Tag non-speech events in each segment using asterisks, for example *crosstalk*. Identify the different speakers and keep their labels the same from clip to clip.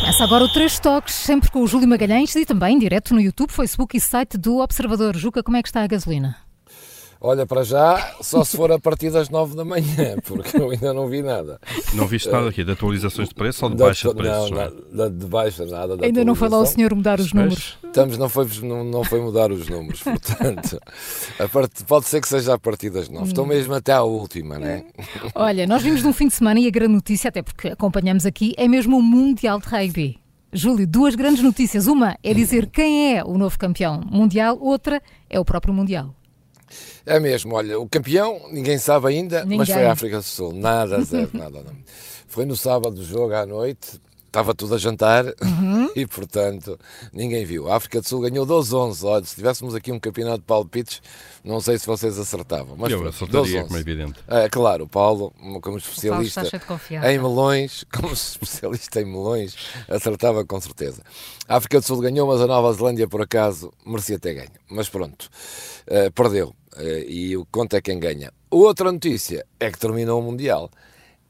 Speaker 1: Começa agora o Três Toques, sempre com o Júlio Magalhães e também direto no YouTube, Facebook e site do Observador. Juca, como é que está a gasolina?
Speaker 2: Olha, para já, só se for a partir das 9 da manhã, *laughs* porque eu ainda não vi nada.
Speaker 3: Não viste nada aqui de atualizações de preço ou de baixa de
Speaker 2: Eh, Não,
Speaker 3: preços? Não, é?
Speaker 2: na- da- de baixa, nada. da
Speaker 1: Ainda não foi lá o
Speaker 2: atualização.
Speaker 1: senhor mudar os números.
Speaker 2: Estamos, não, foi, não, não foi mudar os números, *laughs* portanto, a parte- pode ser que seja a partir das 9.
Speaker 1: Hum.
Speaker 2: Estou mesmo até à última, não é?
Speaker 1: Olha, nós vimos de um fim de semana e a grande notícia, até porque acompanhamos aqui, é mesmo o Mundial de Rugby. Júlio, duas grandes notícias. Uma é dizer quem é o novo campeão mundial, outra é o próprio Mundial.
Speaker 2: É mesmo, olha, o campeão, ninguém sabe ainda, mas
Speaker 1: Ninguém.
Speaker 2: foi a África do Sul. Nada, zero, nada, não. Foi no sábado o jogo à noite, estava tudo a jantar *laughs* e, portanto, ninguém viu. A África do Sul ganhou 12-11. Olha, se tivéssemos aqui um campeonato de palpites, não sei se vocês acertavam. Mas
Speaker 3: Eu
Speaker 2: pronto,
Speaker 3: acertaria,
Speaker 2: 12-11.
Speaker 3: como é evidente.
Speaker 2: É, claro, o Paulo, como especialista
Speaker 1: cheio de confiança.
Speaker 2: em melões, *laughs* como especialista em melões, acertava com certeza. A África do Sul ganhou, mas a Nova Zelândia, por acaso, merecia ter ganho. Mas pronto, eh, perdeu. Eh, e o que conta é quem ganha. Outra notícia é que terminou o Mundial.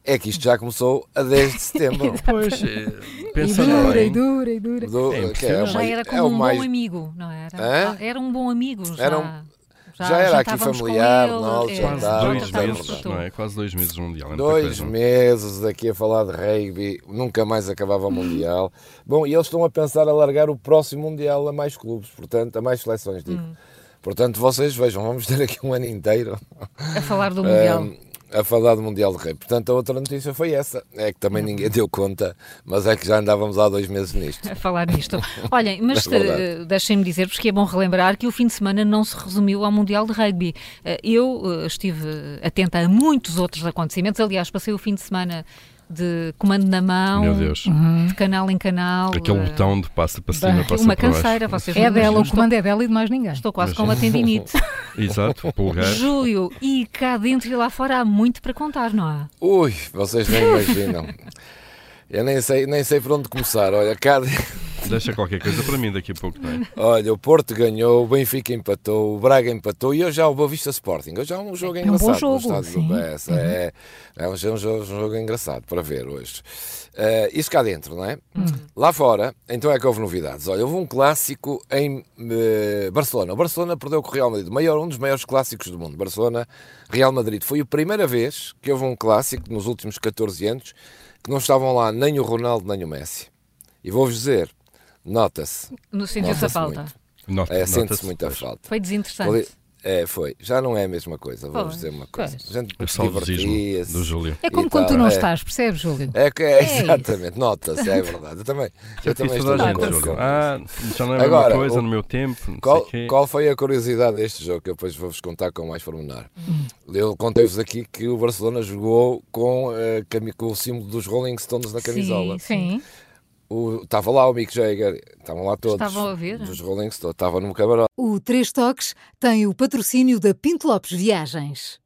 Speaker 2: É que isto já começou a 10 de setembro.
Speaker 3: *laughs* Pois, é,
Speaker 1: E
Speaker 3: pensa
Speaker 1: dura, e
Speaker 3: bem.
Speaker 1: dura, e dura.
Speaker 2: Do- que
Speaker 3: É
Speaker 2: é o
Speaker 3: impressionante.
Speaker 4: Já
Speaker 2: mai-
Speaker 4: era como
Speaker 2: é o
Speaker 4: um
Speaker 2: mais-
Speaker 4: bom amigo, não era?
Speaker 2: Hã?
Speaker 1: Ah,
Speaker 4: Era um bom amigo, já.
Speaker 2: Era um- já era aqui
Speaker 4: jantávamos com
Speaker 2: familiar,
Speaker 4: ele,
Speaker 2: nós
Speaker 3: Quase
Speaker 4: é,
Speaker 2: Jantar,
Speaker 3: dois
Speaker 2: jantar,
Speaker 4: jantávamos
Speaker 3: meses,
Speaker 4: com
Speaker 3: não
Speaker 4: tu.
Speaker 3: é? Quase dois meses de mundial. É muita
Speaker 2: tá, Dois
Speaker 3: coisa.
Speaker 2: meses daqui a falar de rugby, nunca mais acabava o Mundial. Bom, e eles estão a pensar a largar o próximo Mundial a mais clubes, portanto, a mais seleções, digo. Portanto, vocês vejam, vamos ter aqui um ano inteiro
Speaker 4: A falar do Mundial.
Speaker 2: hum, a falar do Mundial de Rugby. Portanto, a outra notícia foi essa, é que também ninguém deu conta, mas é que já andávamos há dois meses nisto.
Speaker 4: A falar nisto. Olhem, mas
Speaker 2: É verdade.
Speaker 4: eh, deixem-me dizer-vos que é bom relembrar que o fim de semana não se resumiu ao Mundial de Rugby. Eh, Eu eh, estive atenta a muitos outros acontecimentos. Aliás, passei o fim de semana de comando na mão,
Speaker 3: Meu
Speaker 4: Uhum.
Speaker 3: Deus.
Speaker 4: de canal em canal.
Speaker 3: Aquele
Speaker 4: eh,
Speaker 3: botão de passa para cima,
Speaker 1: é. Bem,
Speaker 3: passa
Speaker 4: Uma
Speaker 3: para baixo.
Speaker 4: canseira, vocês
Speaker 1: É
Speaker 4: não
Speaker 1: dela, o
Speaker 4: imaginam.
Speaker 1: comando é dela e de mais ninguém.
Speaker 4: Estou quase com
Speaker 3: *laughs*
Speaker 4: uma tendinite.
Speaker 3: Exato,
Speaker 1: *laughs*
Speaker 3: o pulgar.
Speaker 4: Júlio, e cá dentro e lá fora há muito para contar, não há?
Speaker 2: Ui, vocês nem imaginam. Eu nem sei, nem sei por onde começar. Olha, cada,
Speaker 3: Deixa qualquer coisa para mim daqui a pouco, não é?
Speaker 2: Olha, o Porto ganhou, o Benfica empatou, o Braga empatou e hoje já o Boa Vista Sporting. Hoje há um jogo
Speaker 1: um bom
Speaker 2: engraçado. no
Speaker 1: jogo,
Speaker 2: estádio do
Speaker 1: sim. Uhum.
Speaker 2: Bessa. É, é um, jo- um jogo, um jogo engraçado para ver hoje. Eh, isso cá dentro, não é?
Speaker 1: Hum.
Speaker 2: Lá fora, então é que houve novidades. Olha, houve um clássico em eh, Barcelona. O Barcelona perdeu com o Real Madrid, o maior- um dos maiores clássicos do mundo. Barcelona-Real Madrid. Foi a primeira vez que houve um clássico nos últimos 14 anos que não estavam lá nem o Ronaldo nem o Messi. E vou-vos dizer, nota-se.
Speaker 4: No sentido da
Speaker 2: Nota-se
Speaker 4: falta.
Speaker 2: muito.
Speaker 3: Nota-
Speaker 2: É, sente-se
Speaker 3: nota-se.
Speaker 2: muita falta.
Speaker 4: Foi
Speaker 2: Ali-
Speaker 4: desinteressante.
Speaker 2: É, foi. Já não é a mesma coisa, vou-vos
Speaker 4: Pois,
Speaker 2: dizer uma
Speaker 4: pois.
Speaker 2: coisa. A gente
Speaker 3: O
Speaker 2: se
Speaker 3: saudosismo
Speaker 2: divertia-se.
Speaker 3: do Júlio.
Speaker 1: É como
Speaker 2: e
Speaker 1: quando tu
Speaker 2: tal,
Speaker 1: não
Speaker 2: é.
Speaker 1: estás, percebes, Júlio?
Speaker 2: É, que- é, exatamente, nota-se, é verdade. Eu também, eu também
Speaker 3: Isso
Speaker 2: estou
Speaker 3: toda a
Speaker 2: de
Speaker 3: gente,
Speaker 2: acordo
Speaker 3: Júlio.
Speaker 2: com isso.
Speaker 3: Ah, já não é a mesma
Speaker 2: Agora,
Speaker 3: coisa
Speaker 2: o-
Speaker 3: no meu tempo. não sei
Speaker 2: Qual,
Speaker 3: quê.
Speaker 2: qual foi a curiosidade deste jogo? Que eu depois vou-vos contar com mais pormenor.
Speaker 4: Hum.
Speaker 2: Eu contei-vos aqui que o Barcelona jogou com, eh, cami- com o símbolo dos Rolling Stones na camisola.
Speaker 1: Sim.
Speaker 2: O- Estava lá o Mick Jagger, estavam lá todos.
Speaker 4: Estavam a ver?
Speaker 2: Dos Rolling Stones, estavam no camarote.
Speaker 1: O Três Toques tem o patrocínio da Pinto Lopes Viagens.